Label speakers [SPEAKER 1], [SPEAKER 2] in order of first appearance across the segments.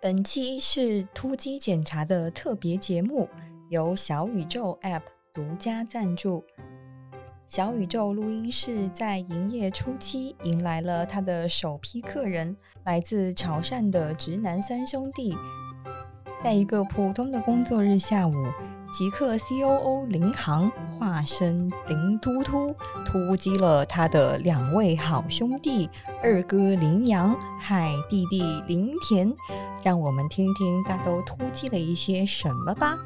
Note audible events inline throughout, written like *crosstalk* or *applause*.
[SPEAKER 1] 本期是突击检查的特别节目，由小宇宙 App 独家赞助。小宇宙录音室在营业初期迎来了他的首批客人，来自潮汕的直男三兄弟。在一个普通的工作日下午，极客 COO 林航化身林突突，突击了他的两位好兄弟二哥林阳，嗨弟弟林田，让我们听听他都突击了一些什么吧。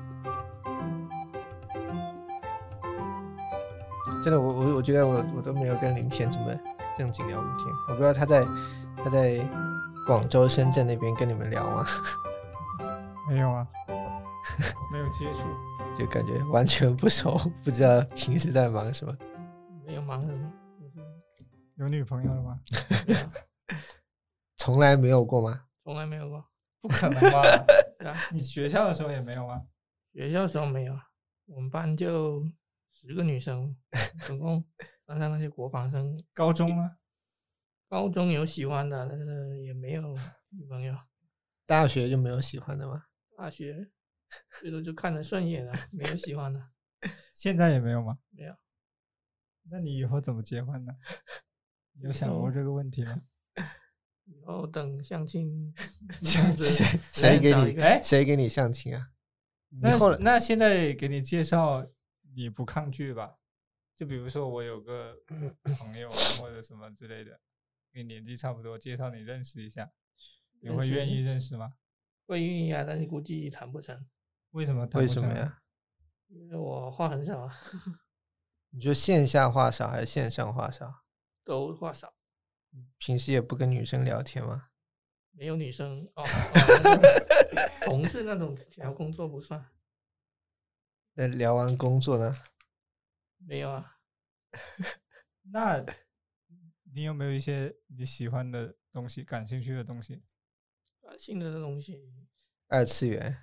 [SPEAKER 2] 真的，我我我觉得我我都没有跟林田怎么正经聊过天，我不知道他在他在广州、深圳那边跟你们聊吗？ *laughs*
[SPEAKER 3] 没有啊，
[SPEAKER 4] *laughs*
[SPEAKER 3] 没有接触，
[SPEAKER 2] 就感觉完全不熟，不知道平时在忙什么。没有忙什么，
[SPEAKER 3] 有女朋友了吗？
[SPEAKER 2] 从来没有过吗？
[SPEAKER 4] 从来没有过。
[SPEAKER 3] 不可能 *laughs* 吧？
[SPEAKER 4] 对啊，
[SPEAKER 3] 你学校的时候也没有啊吗？
[SPEAKER 4] 学校时候没有啊，我们班就十个女生，总共班上那些国防生，
[SPEAKER 3] 高中啊呢？
[SPEAKER 4] 高中有喜欢的，但是也没有女朋友。
[SPEAKER 2] 大学就没有喜欢的吗？
[SPEAKER 4] 大学最多就看着顺眼了，没有喜欢的，
[SPEAKER 3] 现在也没有吗？
[SPEAKER 4] 没有。
[SPEAKER 3] 那你以后怎么结婚呢？你有想过这个问题吗？
[SPEAKER 4] 以后等相亲，
[SPEAKER 3] 相
[SPEAKER 4] 子
[SPEAKER 2] 谁
[SPEAKER 4] 随
[SPEAKER 2] 谁
[SPEAKER 4] 便
[SPEAKER 2] 给
[SPEAKER 4] 找一
[SPEAKER 2] 你
[SPEAKER 4] 个
[SPEAKER 3] 哎
[SPEAKER 2] 谁给你相亲啊？你
[SPEAKER 3] 那
[SPEAKER 2] 后来
[SPEAKER 3] 那现在给你介绍，你不抗拒吧？就比如说我有
[SPEAKER 4] *laughs*
[SPEAKER 3] 个朋友啊或者什么之类的，跟你年纪差不多，介绍你认识一下，你
[SPEAKER 4] 认
[SPEAKER 3] 会
[SPEAKER 4] 识
[SPEAKER 3] 愿意认识吗？
[SPEAKER 4] 会愿意啊，但是估计谈不成，
[SPEAKER 3] 为什么谈
[SPEAKER 2] 为
[SPEAKER 3] 不
[SPEAKER 2] 什么
[SPEAKER 3] 成
[SPEAKER 2] 呀？
[SPEAKER 4] 因为我话很少啊，
[SPEAKER 2] 你说线下话少还是线上话少？
[SPEAKER 4] 都话少，
[SPEAKER 2] 平时也不跟女生聊天吗？
[SPEAKER 4] 没有女生哦。哦同事那种聊工作不算，
[SPEAKER 2] 那聊完工作呢？
[SPEAKER 4] 没有啊，
[SPEAKER 3] 那你有没有一些你喜欢的东西、感兴趣的东西？
[SPEAKER 4] 感性呃的东西
[SPEAKER 2] 二次元，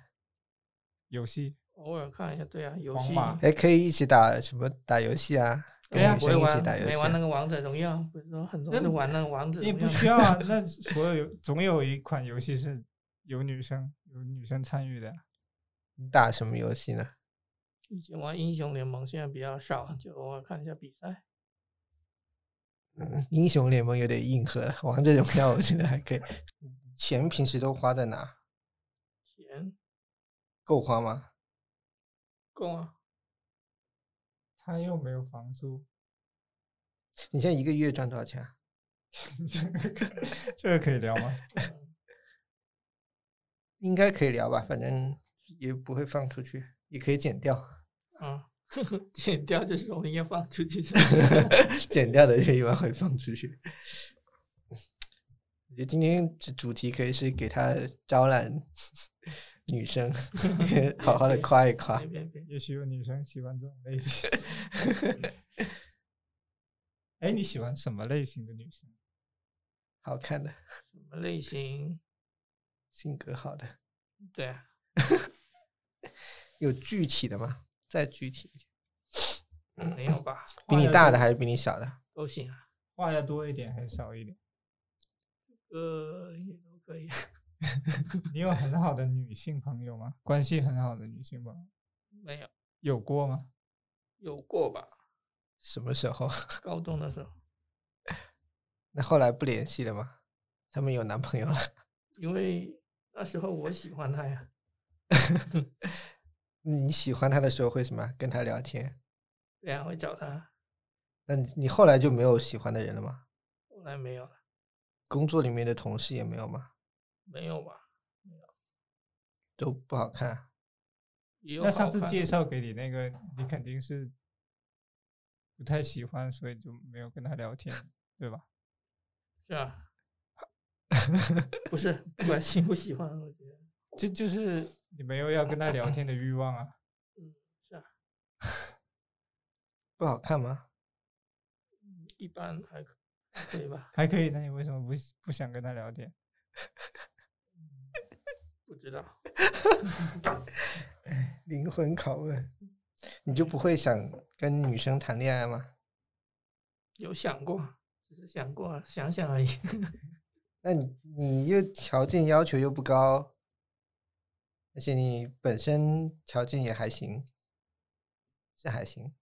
[SPEAKER 3] 游戏？
[SPEAKER 4] 偶尔看一下，对啊，游
[SPEAKER 3] 皇
[SPEAKER 4] 戏
[SPEAKER 3] 马
[SPEAKER 2] 哎，可以一起打什么打游戏啊？跟
[SPEAKER 3] 对啊
[SPEAKER 2] 女
[SPEAKER 4] 不会
[SPEAKER 2] 生一起
[SPEAKER 4] 玩
[SPEAKER 2] 打游
[SPEAKER 4] 没
[SPEAKER 2] 戏
[SPEAKER 4] 玩那
[SPEAKER 2] 啊。
[SPEAKER 4] 个王者荣耀，不是说很多
[SPEAKER 3] 那
[SPEAKER 4] 是玩那个王者
[SPEAKER 3] 你
[SPEAKER 4] 荣
[SPEAKER 3] 不
[SPEAKER 4] 耀
[SPEAKER 3] 需
[SPEAKER 4] 吗，
[SPEAKER 3] 要
[SPEAKER 4] *laughs*
[SPEAKER 3] 啊，那所有总有一款游戏是有女生有女生参与的呀，
[SPEAKER 2] 你打什么游戏呢？
[SPEAKER 4] 以前玩英雄联盟，现在比较少，就偶尔看一下比赛。
[SPEAKER 2] 嗯英雄联盟有点硬核了，王者荣耀我觉得还可以。钱平时都花在哪？
[SPEAKER 4] 钱
[SPEAKER 2] 够花吗？
[SPEAKER 4] 够啊，
[SPEAKER 3] 他又没有房租，
[SPEAKER 2] 你现在一个月赚多少钱啊？
[SPEAKER 3] 这个可以聊吗？ *laughs*
[SPEAKER 4] 嗯
[SPEAKER 2] 应该可以聊吧，反正也不会放出去，也可以剪掉， *laughs*
[SPEAKER 4] 啊， *laughs* 剪掉就是我应该放出去。
[SPEAKER 2] 剪掉的就一般会放出去。我觉得今天这主题可以是给他招揽女生， *laughs* 好好的夸一 *laughs* 夸
[SPEAKER 4] 别。别别，
[SPEAKER 3] 也许有女生喜欢这种类型。哎，你喜欢什么类型的女生？
[SPEAKER 2] 好看的
[SPEAKER 4] 什么类型？
[SPEAKER 2] 性格好的，
[SPEAKER 4] 对啊，
[SPEAKER 2] 有具体的吗？再具体一点，
[SPEAKER 4] 没有吧，
[SPEAKER 2] 比
[SPEAKER 3] 话
[SPEAKER 2] 你
[SPEAKER 3] 要
[SPEAKER 2] 大
[SPEAKER 3] 多
[SPEAKER 2] 的还是比你小的？
[SPEAKER 4] 都行啊，
[SPEAKER 3] 话要多一点还是少一点？
[SPEAKER 4] 呃，也都可以啊。
[SPEAKER 3] 你有很好的女性朋友吗？关系很好的女性朋友
[SPEAKER 4] 没有，
[SPEAKER 3] 有过吗？
[SPEAKER 4] 有过吧？
[SPEAKER 2] 什么时候？
[SPEAKER 4] 高中的时候，
[SPEAKER 2] 那后来不联系了吗？他们有男朋友了？
[SPEAKER 4] 因为那时候我喜欢他呀，
[SPEAKER 2] 你喜欢他的时候会什么？跟他聊天？
[SPEAKER 4] 对啊，会找他，
[SPEAKER 2] 那你你后来就没有喜欢的人了吗？
[SPEAKER 4] 后来没有了，
[SPEAKER 2] 工作里面的同事也没有吗？
[SPEAKER 4] 没有吧？
[SPEAKER 2] 都不好看啊，
[SPEAKER 4] 也有
[SPEAKER 3] 那上
[SPEAKER 4] 好
[SPEAKER 3] 次
[SPEAKER 4] 看
[SPEAKER 3] 介绍给你那个，你肯定是不太喜欢，所以就没有跟他聊天，对吧？
[SPEAKER 4] 是吧？ *laughs* 不是，不管喜不喜欢，我觉得
[SPEAKER 3] 这就是你没有要跟他聊天的欲望啊。
[SPEAKER 4] 是啊，
[SPEAKER 2] 不好看吗？
[SPEAKER 4] 一般还可还可以吧，
[SPEAKER 3] 还可以，那你为什么不不想跟他聊天？
[SPEAKER 4] 不知道， *laughs*
[SPEAKER 2] 灵魂拷问，你就不会想跟女生谈恋爱吗？
[SPEAKER 4] 有想过，只是想过，想想而已。
[SPEAKER 2] 那你你又条件要求又不高，而且你本身条件也还行，是还行。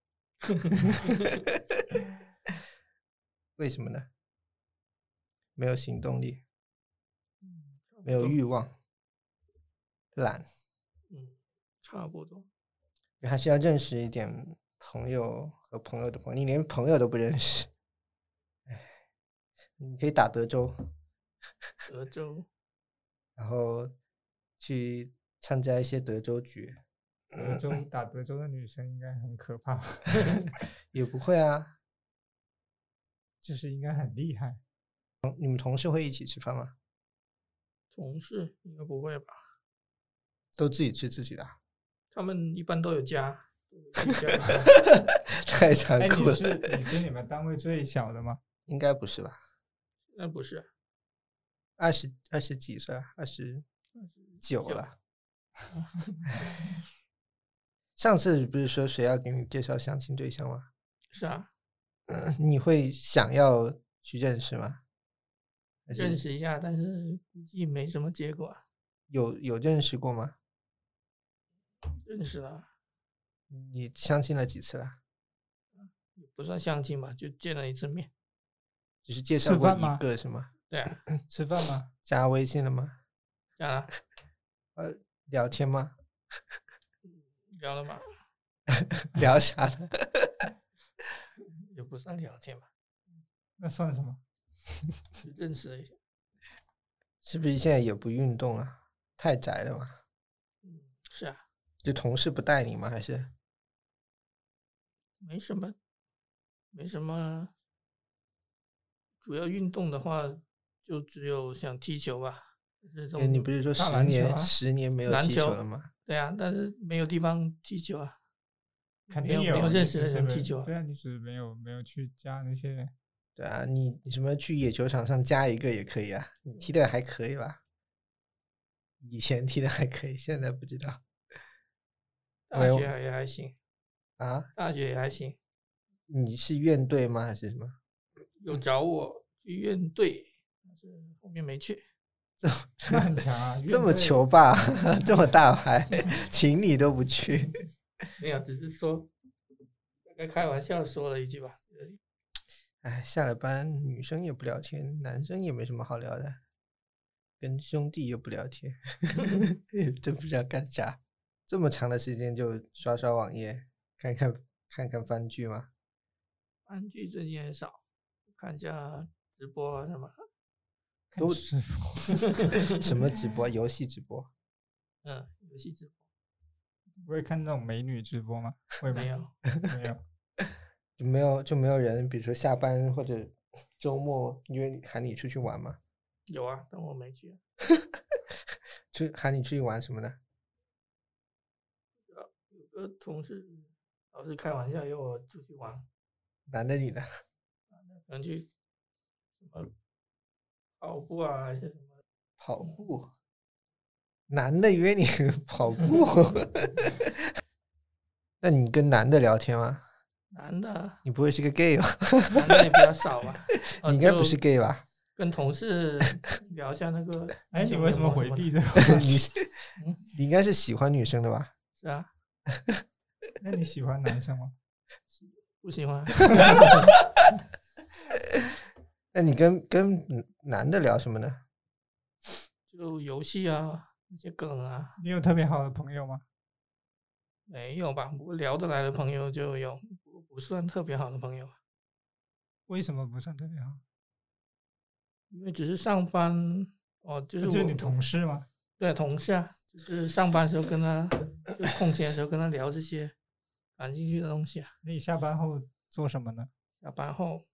[SPEAKER 2] 为什么呢？没有行动力，没
[SPEAKER 4] 哦
[SPEAKER 2] 有欲望，懒。
[SPEAKER 4] 嗯，差不多。
[SPEAKER 2] 你还是要认识一点朋友和朋友的朋友，你连朋友都不认识。哎，你可以打德州，
[SPEAKER 4] 德州，
[SPEAKER 2] 然后去参加一些德州局，嗯
[SPEAKER 3] 德州打德州的女生应该很可怕， *laughs*
[SPEAKER 2] 也不会啊。
[SPEAKER 3] 就是应该很厉害。
[SPEAKER 2] 你们同事会一起吃饭吗？
[SPEAKER 4] 同事应该不会吧？
[SPEAKER 2] 都自己吃自己的啊， *laughs*
[SPEAKER 4] 他们一般都有家，都有自己家
[SPEAKER 2] 太残
[SPEAKER 3] 哎，
[SPEAKER 2] 酷
[SPEAKER 3] 你是
[SPEAKER 2] 了。
[SPEAKER 3] 你是你们单位最小的吗？
[SPEAKER 2] 应该不是吧？
[SPEAKER 4] *laughs* 那不是
[SPEAKER 2] 二十二十几岁啊，二十九
[SPEAKER 4] 九
[SPEAKER 3] *laughs*
[SPEAKER 2] 了。上次不是说谁要给你介绍相亲对象吗？
[SPEAKER 4] 是啊，
[SPEAKER 3] 嗯
[SPEAKER 2] 你会想要去认识吗？还是
[SPEAKER 4] 认识一下，但是估计没什么结果啊。
[SPEAKER 2] 有有认识过吗？
[SPEAKER 4] 认识了
[SPEAKER 2] 你相亲了几次了？
[SPEAKER 4] 也不算相亲吧，就见了一次面。
[SPEAKER 2] 只是介
[SPEAKER 3] 吃
[SPEAKER 2] 绍过
[SPEAKER 3] 饭吗
[SPEAKER 2] 一个是吗？
[SPEAKER 4] 对啊，
[SPEAKER 3] 吃饭吗？
[SPEAKER 2] 加微信了吗？
[SPEAKER 4] 这样啊，
[SPEAKER 2] 聊天吗？ *laughs*
[SPEAKER 4] 聊了吧，
[SPEAKER 3] *laughs*
[SPEAKER 2] 聊啥呢？
[SPEAKER 4] 也不算聊天吧，
[SPEAKER 3] 那算什么？
[SPEAKER 4] 就认识了一下。
[SPEAKER 2] 是不是现在也不运动了？太宅了嘛？
[SPEAKER 4] 是啊，
[SPEAKER 2] 就同事不带你吗？还是
[SPEAKER 4] 没什么，没什么。主要运动的话，就只有想踢球吧。这
[SPEAKER 2] 因为
[SPEAKER 4] 种
[SPEAKER 2] 哎你不是说
[SPEAKER 3] 嗯打
[SPEAKER 2] 十
[SPEAKER 3] 篮球
[SPEAKER 2] 年、
[SPEAKER 3] 啊
[SPEAKER 2] 十年没有
[SPEAKER 4] 篮
[SPEAKER 2] 踢球
[SPEAKER 4] 球
[SPEAKER 2] 了吗？
[SPEAKER 4] 对啊，但是没有地方踢球啊。
[SPEAKER 3] 肯
[SPEAKER 4] 没
[SPEAKER 3] 定
[SPEAKER 4] 有没有
[SPEAKER 3] 你
[SPEAKER 4] 认
[SPEAKER 3] 只
[SPEAKER 4] 识的
[SPEAKER 3] 是
[SPEAKER 4] 人
[SPEAKER 3] 没
[SPEAKER 4] 踢球啊
[SPEAKER 3] 对啊，你只是没有没有去加那
[SPEAKER 4] *laughs*
[SPEAKER 3] 些。
[SPEAKER 2] 对啊，你你什么去野球场上加一个也可以啊，你踢的还可以吧？以前踢的还可以，现在不知道
[SPEAKER 4] 大
[SPEAKER 2] 没有
[SPEAKER 4] 学也还行，
[SPEAKER 2] 啊。
[SPEAKER 4] 大学也还行。
[SPEAKER 2] 你是院队吗？还是
[SPEAKER 3] *laughs*
[SPEAKER 2] 什么？嗯
[SPEAKER 4] 有找我去院队，但是后面没去。
[SPEAKER 3] 那很强啊！
[SPEAKER 2] 这么
[SPEAKER 3] 球，
[SPEAKER 2] 球霸， *laughs* 这么大
[SPEAKER 3] *laughs*
[SPEAKER 2] 牌，请你都不去。
[SPEAKER 4] 没有，只是说大概开玩笑说了一句吧。呃
[SPEAKER 2] 哎，下了班女生也不聊天，男生也没什么好聊的，跟兄弟也不聊天， *laughs* 真不知道干啥。这么长的时间就刷刷网页，看看看看番剧吗？
[SPEAKER 4] 韩剧最近很少，看一下直播啊什么。 *laughs*
[SPEAKER 2] 都
[SPEAKER 3] 是 *laughs*
[SPEAKER 2] 什么直播？游戏直播？
[SPEAKER 4] 嗯，游戏直播
[SPEAKER 3] 不会看那种美女直播吗？会吗
[SPEAKER 4] 没？有。
[SPEAKER 3] 没有。
[SPEAKER 2] 就没有就没有人，比如说下班或者周末约你喊你出去玩嘛？
[SPEAKER 4] 有啊，但我没去。
[SPEAKER 2] 出喊你出去玩什么呢？
[SPEAKER 4] 有个同事老是开玩笑约我出去玩，
[SPEAKER 2] 男的女的？
[SPEAKER 4] 可能去什么跑步啊，还是什么
[SPEAKER 2] 跑步？男的约你 *laughs* 跑步？那你跟男的聊天吗？，
[SPEAKER 4] 男的
[SPEAKER 2] 你不会是个 gay 哦吧？
[SPEAKER 4] 男的也比较少
[SPEAKER 2] *laughs*
[SPEAKER 4] 吧。呃
[SPEAKER 2] 你应该不是
[SPEAKER 4] 就
[SPEAKER 2] gay 吧？
[SPEAKER 4] 跟同
[SPEAKER 2] *laughs*
[SPEAKER 4] 事聊一下那个。
[SPEAKER 3] 哎，你为什么回避这？个？
[SPEAKER 2] 你是
[SPEAKER 4] 嗯
[SPEAKER 2] 你应该是喜欢女生的吧？
[SPEAKER 4] 是啊，
[SPEAKER 3] *laughs* 那你喜欢男生吗？
[SPEAKER 4] 不
[SPEAKER 2] *laughs*
[SPEAKER 4] 喜欢。
[SPEAKER 2] 那你跟跟男的聊什么呢？
[SPEAKER 4] 就游戏啊，那些梗啊，
[SPEAKER 3] 你有特别好的朋友吗？
[SPEAKER 4] 没有吧？我聊得来的朋友就有，不不算特别好的朋友，
[SPEAKER 3] 为什么不算特别好？
[SPEAKER 4] 因为只是上班哦，就是
[SPEAKER 3] 就
[SPEAKER 4] 我
[SPEAKER 3] 是你同事吗？
[SPEAKER 4] 对同事啊，就是上班时候跟他，就空闲的时候跟他聊这些感兴趣的东西啊。
[SPEAKER 3] 那你下班后做什么呢？
[SPEAKER 4] 下班后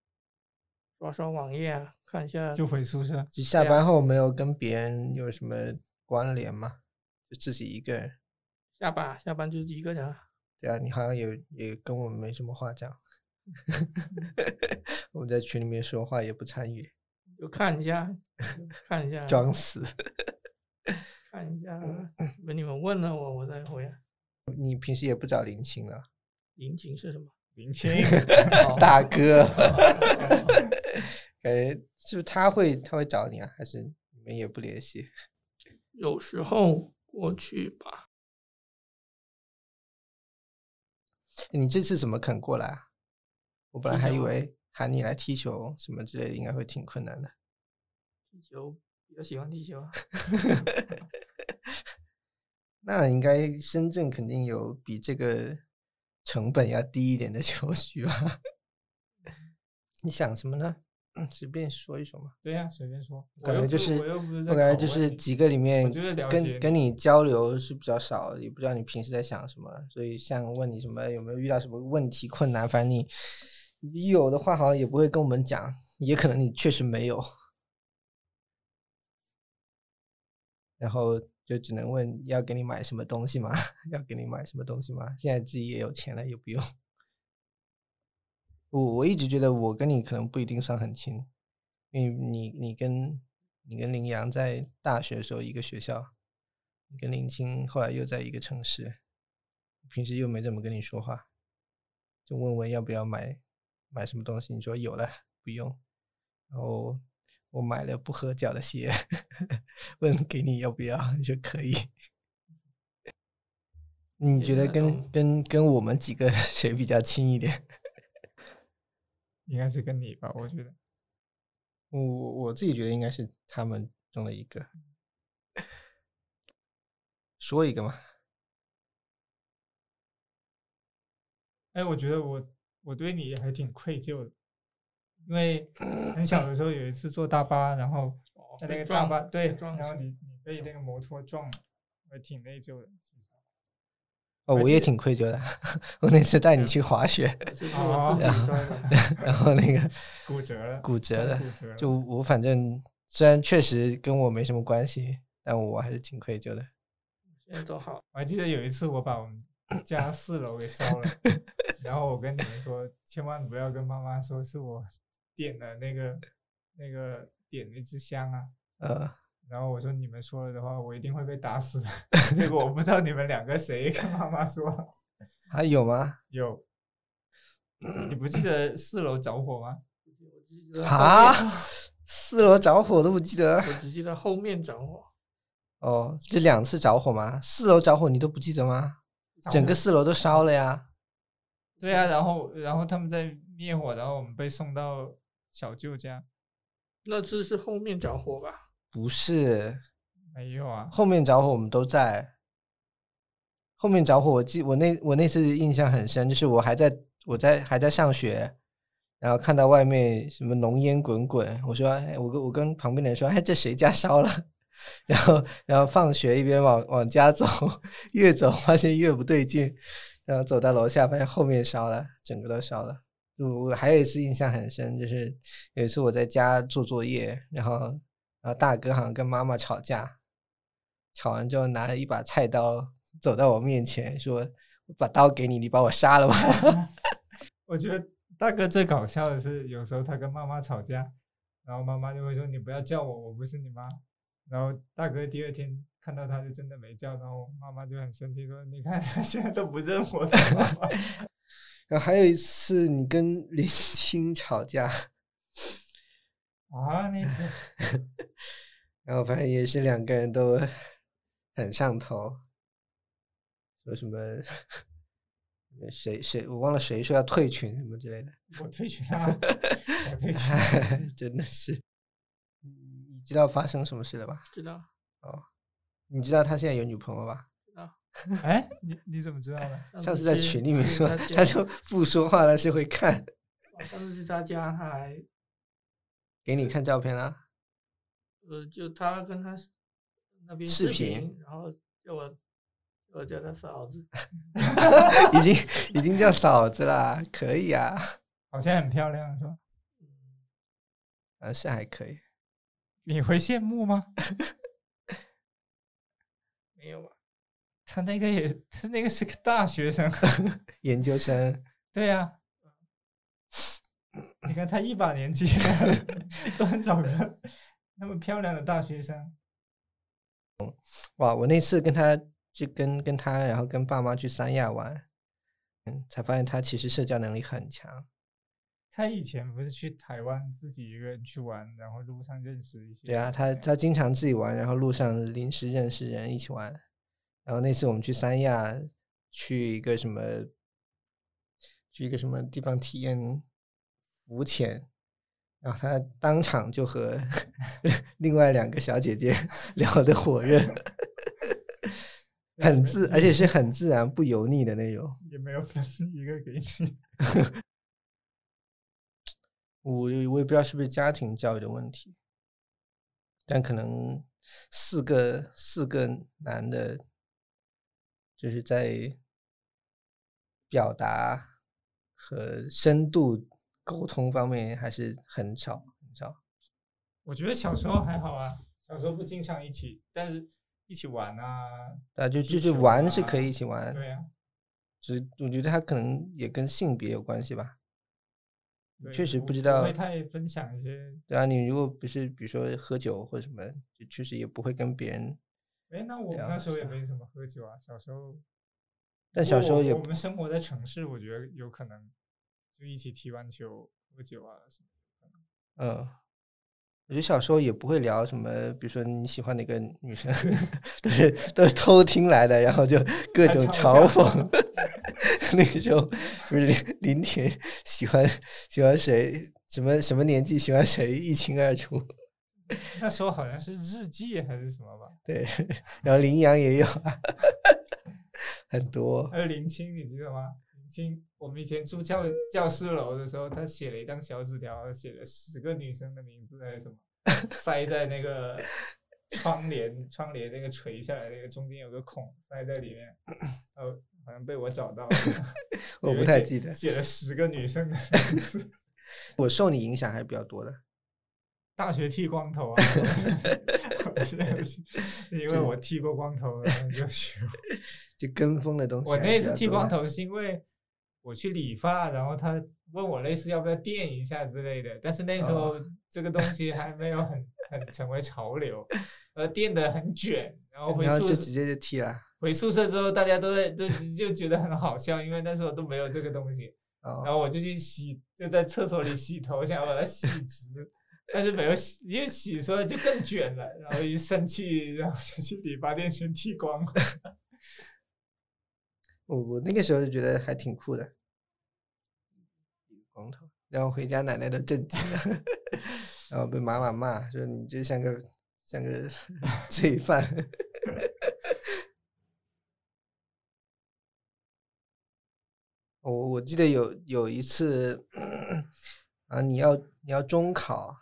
[SPEAKER 4] 刷刷网页啊，看一下
[SPEAKER 3] 就回宿舍。
[SPEAKER 2] 就下
[SPEAKER 4] 对啊
[SPEAKER 2] 班后没有跟别人有什么关联吗？就自己一个人？
[SPEAKER 4] 下班啊下班就是一个人啊，
[SPEAKER 2] 对啊，你好像也也跟我们没什么话讲。
[SPEAKER 4] 嗯
[SPEAKER 2] *laughs* 我们在群里面说话也不参与，
[SPEAKER 4] 就看一下看一下
[SPEAKER 2] 装死。 *laughs*
[SPEAKER 4] 看一下，等你们问了我，我再回啊。
[SPEAKER 2] 你平时也不找林青了，
[SPEAKER 4] 引擎是什
[SPEAKER 3] *laughs*
[SPEAKER 4] 么？
[SPEAKER 3] 林青，
[SPEAKER 4] 哦
[SPEAKER 2] 大
[SPEAKER 4] *laughs*
[SPEAKER 2] 哥， *laughs* 感觉是不是他会他会找你啊？还是你们也不联系？
[SPEAKER 4] 有时候过去吧。
[SPEAKER 2] 你这次怎么肯过来啊？我本来还
[SPEAKER 4] 踢
[SPEAKER 2] 以
[SPEAKER 4] 球啊
[SPEAKER 2] 为喊你来踢球什么之类的，应该会挺困难的。
[SPEAKER 4] 踢球比较喜欢踢球啊，
[SPEAKER 2] 那应该深圳肯定有比这个成本要低一点的 *laughs* 球区吧？你想什么呢？嗯随便说一说嘛。
[SPEAKER 3] *laughs* 对呀、随便说。我
[SPEAKER 2] 感
[SPEAKER 3] 又
[SPEAKER 2] 觉
[SPEAKER 3] 不
[SPEAKER 2] 就是，
[SPEAKER 3] 我又不是在
[SPEAKER 2] 我感觉
[SPEAKER 3] 拷
[SPEAKER 2] 就
[SPEAKER 3] 问
[SPEAKER 2] 是
[SPEAKER 3] 你
[SPEAKER 2] 几个里面
[SPEAKER 3] 就是了解
[SPEAKER 2] 跟跟
[SPEAKER 3] 你
[SPEAKER 2] 你交流是比较少，也不知道你平时在想什么，所以像问你什么有没有遇到什么问题困难，反正你你有的话好像也不会跟我们讲，也可能你确实没有，然后就只能问要给你买什么东西吗？ *laughs* 要给你买什么东西吗？现在自己也有钱了，也不用。我我一直觉得我跟你可能不一定算很亲，因为你你跟你跟林阳在大学的时候一个学校，你跟林青后来又在一个城市，平时又没怎么跟你说话，就问问要不要买买什么东西，你说有了不用，然后我买了不合脚的鞋， *laughs* 问给你要不要，你说可以。你
[SPEAKER 4] 也
[SPEAKER 2] 觉
[SPEAKER 4] 是
[SPEAKER 2] 得
[SPEAKER 4] 那
[SPEAKER 2] 跟
[SPEAKER 4] 种
[SPEAKER 2] 跟跟我们几个 *laughs* 谁比较亲一点？
[SPEAKER 3] 应该是跟你吧，我觉得。
[SPEAKER 2] 我我自己觉得应该是他们中的一个。说一个嘛，
[SPEAKER 3] 哎，我觉得我我对你还挺愧疚的，因为很小的时候有一次坐大巴，然后
[SPEAKER 4] 哦
[SPEAKER 3] 在那
[SPEAKER 4] 被
[SPEAKER 3] 个大
[SPEAKER 4] 撞
[SPEAKER 3] 巴
[SPEAKER 4] 了
[SPEAKER 3] 对
[SPEAKER 4] 被，撞
[SPEAKER 3] 然后
[SPEAKER 4] 是
[SPEAKER 3] 你你被那个摩托撞了，我挺内疚的。其实
[SPEAKER 2] 哦，
[SPEAKER 3] 而
[SPEAKER 2] 我也
[SPEAKER 3] 且嗯
[SPEAKER 2] 挺愧疚的。 *laughs* 我那次带你去滑雪，
[SPEAKER 4] 这是我自
[SPEAKER 2] 啊
[SPEAKER 3] 哦
[SPEAKER 4] 己摔
[SPEAKER 2] *laughs*
[SPEAKER 3] *laughs*
[SPEAKER 4] 的。
[SPEAKER 2] 然后那个
[SPEAKER 3] 骨折了，
[SPEAKER 2] 骨折了
[SPEAKER 3] 骨，折了。
[SPEAKER 2] 就我反正虽然确实跟我没什么关系，但我还是挺愧疚的。
[SPEAKER 4] 现在都好，
[SPEAKER 3] 我还记得有一次我把我们家四楼给烧
[SPEAKER 2] *laughs*
[SPEAKER 3] 了，然后我跟你们说，千万不要跟妈妈说是我 *laughs* 点的那个那个点那支香啊。
[SPEAKER 2] 呃，
[SPEAKER 3] 然后我说你们说了的话，我一定会被
[SPEAKER 2] *laughs*
[SPEAKER 3] 打死的。结果我不知道你们两个谁跟妈妈说
[SPEAKER 2] 还有吗？
[SPEAKER 3] 有，你不记得四楼着火吗？
[SPEAKER 4] 我只记得
[SPEAKER 2] 啊
[SPEAKER 4] 后面，
[SPEAKER 3] *laughs*
[SPEAKER 2] 四楼着火都不记得
[SPEAKER 4] 我只记得后面着火，
[SPEAKER 2] 哦，这两次着火吗？四楼着火你都不记得吗？整个四楼都烧了呀。
[SPEAKER 3] 对啊，然后然后他们在灭火，然后我们被送到小舅家。
[SPEAKER 4] 那次是后面着火吧？
[SPEAKER 2] 不是，
[SPEAKER 3] 没有啊，
[SPEAKER 2] 后面着火我们都在。后面着火，我记我那我那次印象很深，就是我还在我在还在上学，然后看到外面什么浓烟滚滚，我说哎我跟我跟旁边的人说，哎这谁家烧了？ *laughs* 然后然后放学一边往往家走， *laughs* 越走发现越不对劲，然后走到楼下发现后面烧了，整个都烧了。嗯我我还有一次印象很深，就是有一次我在家做作业，然后然后大哥好像跟妈妈吵架，吵完之后拿了一把菜刀走到我面前说：“我把刀给你，你把我杀了吧。
[SPEAKER 3] 我觉得大哥最搞笑的是，有时候他跟妈妈吵架，然后妈妈就会说：“你不要叫我，我不是你妈。”然后大哥第二天看到他就真的没叫，然后妈妈就很生气说：“你看他现在都不认我的妈妈。”
[SPEAKER 2] 然后还有一次你跟林青吵架，
[SPEAKER 3] 啊，那次
[SPEAKER 2] 然后反正也是两个人都很上头，说什么 *laughs* 谁谁我忘了谁说要退群什么之类的。
[SPEAKER 3] 我退群了，我退群。
[SPEAKER 2] *laughs* 真的是，嗯你知道发生什么事了吧？
[SPEAKER 4] 知道，
[SPEAKER 2] 你知道他现在有女朋友吧？
[SPEAKER 3] 哎，你你怎么知道的？
[SPEAKER 2] 上次在
[SPEAKER 4] 去
[SPEAKER 2] 群里 *laughs* 面
[SPEAKER 4] 去
[SPEAKER 2] 说，
[SPEAKER 4] 家
[SPEAKER 2] 他就不说话了，是会看，
[SPEAKER 4] 上次去他家，他还
[SPEAKER 2] 给你看照片 *laughs* 啦。
[SPEAKER 4] 呃，就他跟他那边
[SPEAKER 2] 视
[SPEAKER 4] 视
[SPEAKER 2] 频
[SPEAKER 4] 然后叫我叫我叫他嫂子，
[SPEAKER 2] 已经已经叫嫂子啦，可以啊，
[SPEAKER 3] 好像很漂亮，是吧？
[SPEAKER 2] 啊是还可以。
[SPEAKER 3] 你会羡慕吗？
[SPEAKER 4] 没有吧？
[SPEAKER 3] 他那个也，他那个是个大学生。
[SPEAKER 2] 研究生，
[SPEAKER 3] 对呀、
[SPEAKER 2] 嗯
[SPEAKER 3] 你看他一把年纪都能找个那么漂亮的大学生，
[SPEAKER 2] 哇！我那次跟他就跟跟他，然后跟爸妈去三亚玩，嗯，才发现他其实社交能力很强。
[SPEAKER 3] 他以前不是去台湾自己一个人去玩，然后路上认识一些
[SPEAKER 2] 对啊，
[SPEAKER 3] 人
[SPEAKER 2] 他
[SPEAKER 3] 这样
[SPEAKER 2] 他经常自己玩，然后路上临时认识人一起玩，然后那次我们去三亚，去一个什么，去一个什么地方体验浮潜，然后他当场就和 *laughs* 另外两个小姐姐 *laughs* 聊得火热， *laughs* 很自，而且是很自然不油腻的那种。
[SPEAKER 3] 也没有分一个给你。
[SPEAKER 2] 我我也不知道是不是家庭教育的问题，但可能四个四个男的，就是在表达和深度沟通方面还是很少很少。
[SPEAKER 3] 我觉得小时候还好啊，小时候不经常一起，但是一起玩啊，
[SPEAKER 2] 啊，就
[SPEAKER 3] 踢
[SPEAKER 2] 就是
[SPEAKER 3] 球
[SPEAKER 2] 玩是可
[SPEAKER 3] 啊
[SPEAKER 2] 以一起玩，
[SPEAKER 3] 对啊，
[SPEAKER 2] 只是我觉得他可能也跟性别有关系吧。
[SPEAKER 3] 对
[SPEAKER 2] 确实不知
[SPEAKER 3] 不
[SPEAKER 2] 道
[SPEAKER 3] 会太分享一些。
[SPEAKER 2] 对啊，你如果不是比如说喝酒或者什么，就确实也不会跟别人。
[SPEAKER 3] 哎，那我们
[SPEAKER 2] 了
[SPEAKER 3] 那时候也
[SPEAKER 2] 解
[SPEAKER 3] 没怎么喝酒啊，小时候。
[SPEAKER 2] 但
[SPEAKER 3] 不
[SPEAKER 2] 小
[SPEAKER 3] 过
[SPEAKER 2] 时候
[SPEAKER 3] 我
[SPEAKER 2] 也
[SPEAKER 3] 我们生活在城市，我觉得有可能就一起踢完球、喝酒啊什么。
[SPEAKER 2] 嗯，我觉得小时候也不会聊什么，比如说你喜欢哪个女生， *laughs* 都是都是偷听来的，然后
[SPEAKER 3] *laughs*
[SPEAKER 2] 就各
[SPEAKER 3] 还
[SPEAKER 2] 种
[SPEAKER 3] 嘲
[SPEAKER 2] 嘲
[SPEAKER 3] 笑
[SPEAKER 2] 讽。那个时候不是林林田喜欢喜欢谁，什么什么年纪喜欢谁一清二楚。
[SPEAKER 3] *laughs* 那时候好像是日记还是什么吧？
[SPEAKER 2] 对，然后羚羊也有啊很多
[SPEAKER 3] 还有林青，你记得吗？林青，我们以前住教教室楼的时候，他写了一张小纸条，写了十个女生的名字还是什么，塞在那个窗帘窗帘那个垂下来那个中间有个孔，塞在里面。呃，好像被我找到了，
[SPEAKER 2] 我
[SPEAKER 3] 有
[SPEAKER 2] 不太
[SPEAKER 3] 写
[SPEAKER 2] 记得
[SPEAKER 3] 写了十个女生的名字。
[SPEAKER 2] 我受你影响还比较多的。
[SPEAKER 3] 大学剃光头啊！我现在因为我剃过光头，然后就学会。
[SPEAKER 2] 就跟风的东西
[SPEAKER 3] 我
[SPEAKER 2] 还比较多的。
[SPEAKER 3] 那次剃光头是因为我去理发，然后他问我类似要不要垫一下之类的，但是那时候这个东西还没有很很成为潮流，呃，垫的很卷，然后回
[SPEAKER 2] 然后
[SPEAKER 3] 宿
[SPEAKER 2] 就直
[SPEAKER 3] 舍
[SPEAKER 2] 接就剃了。
[SPEAKER 3] 回宿舍之后，大家都在都就觉得很好笑，因为那时候都没有这个东西，
[SPEAKER 2] 哦
[SPEAKER 3] 然后我就去洗，就在厕所里洗头，想要把它洗直，但是没有洗，因为洗出来就更卷了，然后一生气，然后就去理发店全剃光了。
[SPEAKER 2] 我我那个时候就觉得还挺酷的，光头，然后回家奶奶都震惊了， *laughs* 然后被妈妈骂说你就像个像个 *laughs* 罪犯。我我记得有有一次啊，你要你要中考，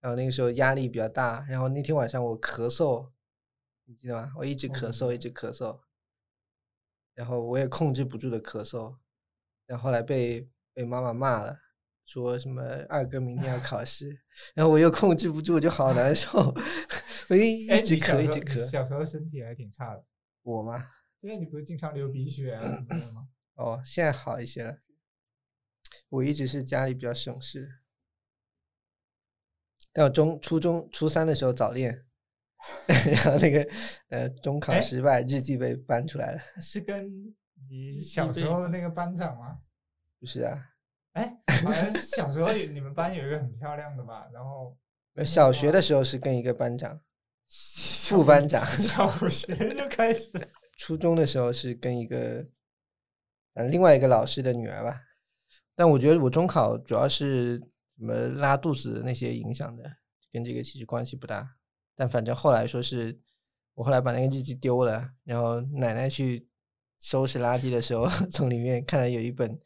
[SPEAKER 2] 然后那个时候压力比较大，然后那天晚上我咳嗽，你记得吗？我一直
[SPEAKER 3] 我
[SPEAKER 2] 咳
[SPEAKER 3] 明
[SPEAKER 2] 嗽，一
[SPEAKER 3] 白
[SPEAKER 2] 直咳嗽，然后我也控制不住的咳嗽，然后后来被被妈妈骂了，说什么二哥明天要考试，然后我又控制不住，就好难
[SPEAKER 3] *laughs*
[SPEAKER 2] 受，我一一
[SPEAKER 3] 哎，
[SPEAKER 2] 直
[SPEAKER 3] 你小
[SPEAKER 2] 咳一
[SPEAKER 3] 时候
[SPEAKER 2] 直
[SPEAKER 3] 你
[SPEAKER 2] 咳，
[SPEAKER 3] 小时候身体还挺差的，
[SPEAKER 2] 我嘛，
[SPEAKER 3] 对啊，你不是经常流鼻血啊什么的吗？
[SPEAKER 2] 哦，现在好一些了。我一直是家里比较省事，但我中初中初三的时候早恋， *laughs* 然后那个呃中考
[SPEAKER 3] 哎
[SPEAKER 2] 失败，日记被翻出来了。
[SPEAKER 3] 是跟你
[SPEAKER 4] 你
[SPEAKER 3] 小
[SPEAKER 4] 被
[SPEAKER 3] 时候那个班长吗？
[SPEAKER 2] 不是啊，
[SPEAKER 3] 哎，好像是小时候有你们班有一个很漂亮的吧，然后
[SPEAKER 2] 呃小学的时候是跟一个班长，副班长
[SPEAKER 3] 嗯 *laughs* 小学就开始
[SPEAKER 2] 初中的时候是跟一个，呃，另外一个老师的女儿吧。但我觉得我中考主要是什么拉肚子那些影响的，跟这个其实关系不大。但反正后来说是我后来把那个日记丢了，然后奶奶去收拾垃圾的时候， *laughs* 从里面看到有一本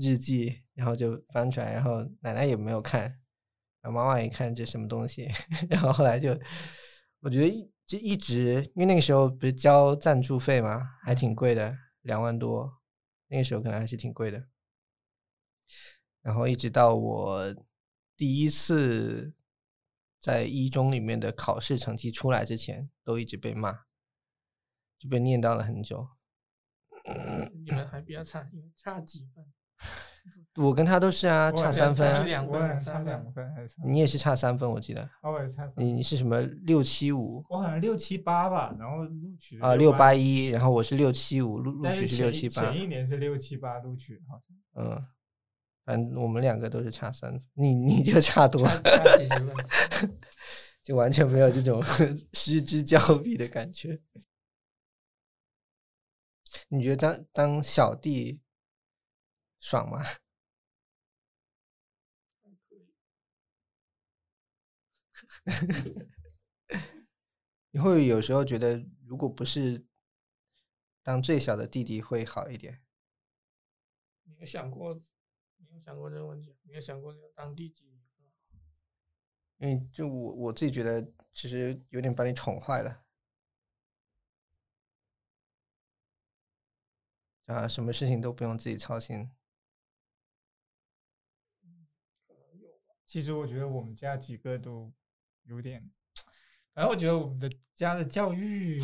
[SPEAKER 2] 日记，然后就翻出来，然后奶奶也没有看，然后妈妈一看这什么东西， *laughs* 然后后来就，我觉得一就一直，因为那个时候不是交赞助费嘛，还挺贵的，两万多，那个时候可能还是挺贵的。然后一直到我第一次在一中里面的考试成绩出来之前，都一直被骂，就被念叨了很久。
[SPEAKER 4] 你们还比较差，你们差几
[SPEAKER 2] *laughs*
[SPEAKER 4] 分？
[SPEAKER 2] 我跟他都是啊，
[SPEAKER 3] 我
[SPEAKER 2] 差
[SPEAKER 3] 俩
[SPEAKER 2] 三分
[SPEAKER 4] 差
[SPEAKER 2] 啊、
[SPEAKER 4] 了两
[SPEAKER 3] 我
[SPEAKER 4] 分
[SPEAKER 3] 好像
[SPEAKER 4] 三
[SPEAKER 3] 差
[SPEAKER 4] 分
[SPEAKER 3] 两分还是差
[SPEAKER 2] 你也是差三分，我记得
[SPEAKER 3] 哦，我也差三分
[SPEAKER 2] 你你是什么六七五
[SPEAKER 3] 我好像六七八吧，然后录取
[SPEAKER 2] 啊，六
[SPEAKER 3] 六
[SPEAKER 2] 八，一，然后我是六七五，录录
[SPEAKER 3] 但
[SPEAKER 2] 取
[SPEAKER 3] 是
[SPEAKER 2] 是
[SPEAKER 3] 前
[SPEAKER 2] 六
[SPEAKER 3] 一
[SPEAKER 2] 七八
[SPEAKER 3] 前，一年是六七八录取，好像
[SPEAKER 2] 嗯，反正我们两个都是差三分，你你就差多
[SPEAKER 4] 差
[SPEAKER 2] 了，
[SPEAKER 4] 差几十分？
[SPEAKER 2] *laughs* 就完全没有这种失之交臂的感觉。你觉得当当小弟爽吗？ *laughs* 你会有时候觉得，如果不是当最小的弟弟会好一点？
[SPEAKER 4] 你有想过，你有想过这个问题？你有想过这个当弟弟？
[SPEAKER 2] 因为就我我自己觉得，其实有点把你宠坏了。啊，什么事情都不用自己操心。
[SPEAKER 3] 其实我觉得我们家几个都有点，反正我觉得我们的家的教育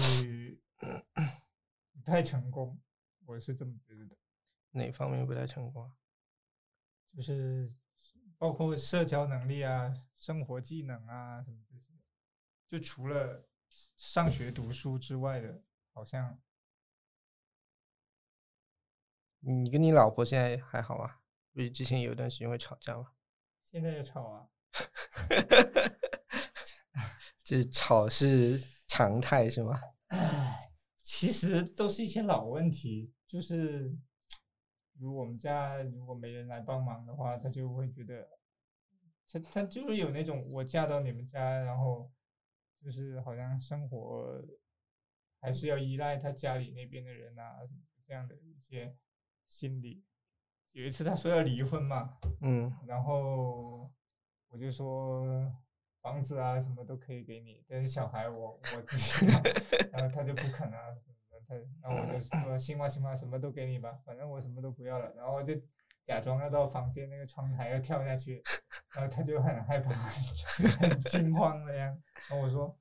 [SPEAKER 3] 不太成功，我是这么觉得的。
[SPEAKER 2] 哪方面不太成功啊？
[SPEAKER 3] 就是包括社交能力啊、生活技能啊什么这些，就除了上学读书之外的，好像
[SPEAKER 2] 你跟你老婆现在还好吗？不是之前有一段时间会吵架吗？
[SPEAKER 3] 现在也吵啊。
[SPEAKER 2] 这吵是常态是吗？
[SPEAKER 3] 唉，其实都是一些老问题，就是如我们家如果没人来帮忙的话，他就会觉得，他他就是有那种我嫁到你们家，然后就是好像生活还是要依赖他家里那边的人啊，这样的一些心理。有一次他说要离婚嘛，
[SPEAKER 2] 嗯，
[SPEAKER 3] 然后我就说房子啊什么都可以给你，但是小孩我我自己要，然后他就不肯啊，他然后我就说行吧行吧，什么都给你吧，反正我什么都不要了，然后我就假装要到房间那个窗台要跳下去，然后他就很害怕， *laughs* 很惊慌的样，然后我说。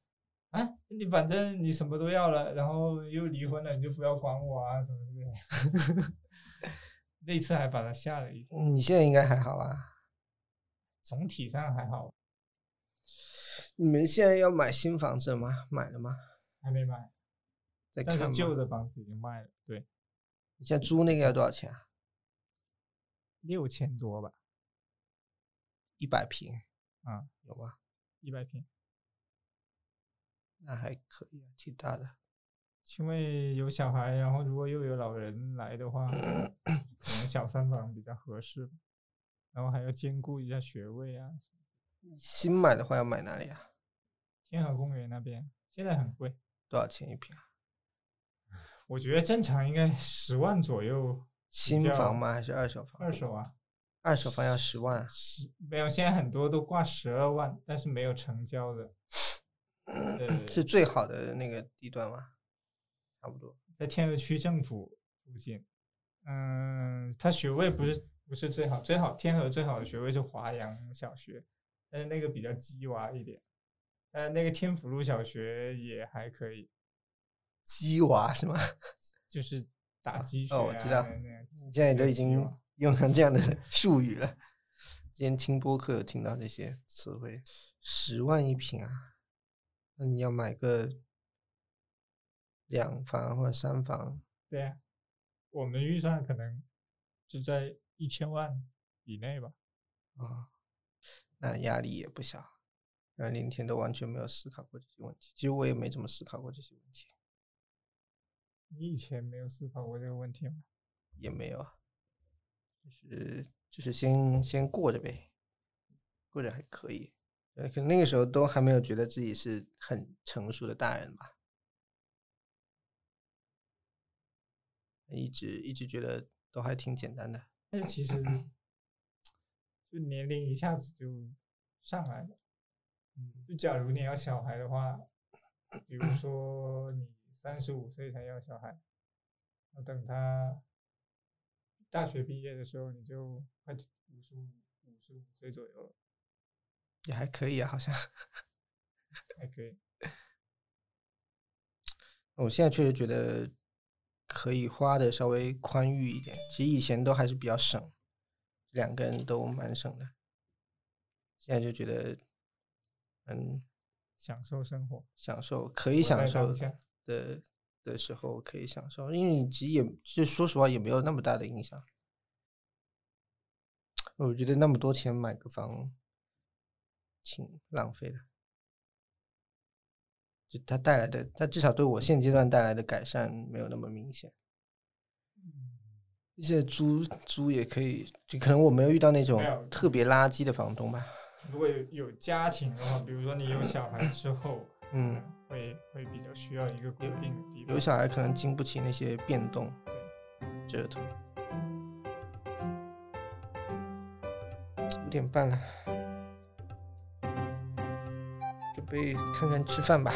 [SPEAKER 3] 啊，你反正你什么都要了，然后又离婚了，你就不要管我啊，什么之类的。 *laughs* 那次还把他吓了一跳。
[SPEAKER 2] 你现在应该还好啊吧？
[SPEAKER 3] 总体上还好，
[SPEAKER 2] 你们现在要买新房子了吗？买了吗？
[SPEAKER 3] 还没买，
[SPEAKER 2] 在看
[SPEAKER 3] 但是
[SPEAKER 2] 吗？
[SPEAKER 3] 旧的房子已经卖了，对，
[SPEAKER 2] 你现在租那个要多少钱啊？
[SPEAKER 3] 六千多吧，
[SPEAKER 2] 一百平
[SPEAKER 3] 啊，
[SPEAKER 2] 有吗？
[SPEAKER 3] 一百平。
[SPEAKER 2] 那还可以，啊挺大的。
[SPEAKER 3] 因为有小孩，然后如果又有老人来的话，可能小三房比较合适，然后还要兼顾一下学位啊。
[SPEAKER 2] 新买的话要买哪里啊？
[SPEAKER 3] 天河公园那边现在很贵，
[SPEAKER 2] 多少钱一平啊？
[SPEAKER 3] 我觉得正常应该十万左右，
[SPEAKER 2] 新
[SPEAKER 3] 较
[SPEAKER 2] 房吗？还是二手房？
[SPEAKER 3] 二手啊，
[SPEAKER 2] 二手房要十万啊，
[SPEAKER 3] 十没有，现在很多都挂十二万，但是没有成交的。呃，
[SPEAKER 2] 是最好的那个地段吗？差不多。
[SPEAKER 3] 在天河区政府附近。嗯，他学位不是不是最好，最好天河最好的学位是华阳小学，但是那个比较鸡娃一点。呃，那个天府路小学也还可以，
[SPEAKER 2] 鸡娃是吗？ *laughs*
[SPEAKER 3] 就是打鸡血、啊
[SPEAKER 2] 哦我知道
[SPEAKER 3] 那样
[SPEAKER 2] 你现在
[SPEAKER 3] 比较
[SPEAKER 2] 都已
[SPEAKER 3] 鸡
[SPEAKER 2] 经
[SPEAKER 3] 娃
[SPEAKER 2] 用上这样的术语了。今天听播客有听到这些词汇，十万一平啊，那你要买个两房或者三房，
[SPEAKER 3] 对呀、我们预算可能就在一千万以内吧。
[SPEAKER 2] 啊、那压力也不小。然后连天都完全没有思考过这些问题，其实我也没怎么思考过这些问题，
[SPEAKER 3] 你以前没有思考过这个问题吗？
[SPEAKER 2] 也没有啊，就是就是先先过着呗，过着还可以，呃，可能那个时候都还没有觉得自己是很成熟的大人吧，一直一直觉得都还挺简单的，
[SPEAKER 3] 但是其实就年龄一下子就上来了。
[SPEAKER 2] 嗯，
[SPEAKER 3] 就假如你要小孩的话，比如说你三十五岁才要小孩，那等他大学毕业的时候，你就快五十五、五十五岁左右了，
[SPEAKER 2] 也还可以啊，好像。 *laughs*
[SPEAKER 3] 还可以。
[SPEAKER 2] 我现在确实觉得可以花的稍微宽裕一点，其实以前都还是比较省，两个人都蛮省的，现在就觉得，嗯，
[SPEAKER 3] 享受生活，
[SPEAKER 2] 享受可以
[SPEAKER 3] 活在
[SPEAKER 2] 享受
[SPEAKER 3] 当下
[SPEAKER 2] 的的时候可以享受，因为其实也就说实话也没有那么大的影响。我觉得那么多钱买个房，挺浪费的。就它带来的，它至少对我现阶段带来的改善没有那么明显。
[SPEAKER 3] 嗯
[SPEAKER 2] 现在租租也可以，就可能我没有遇到那种
[SPEAKER 3] 没有嗯
[SPEAKER 2] 特别垃圾的房东吧。
[SPEAKER 3] 如果有有家庭的话，比如说你有小孩之后，
[SPEAKER 2] 嗯，
[SPEAKER 3] 会会比较需要一个固定的地方。
[SPEAKER 2] 有小孩可能经不起那些变动折腾。五点半了，准备看看吃饭吧。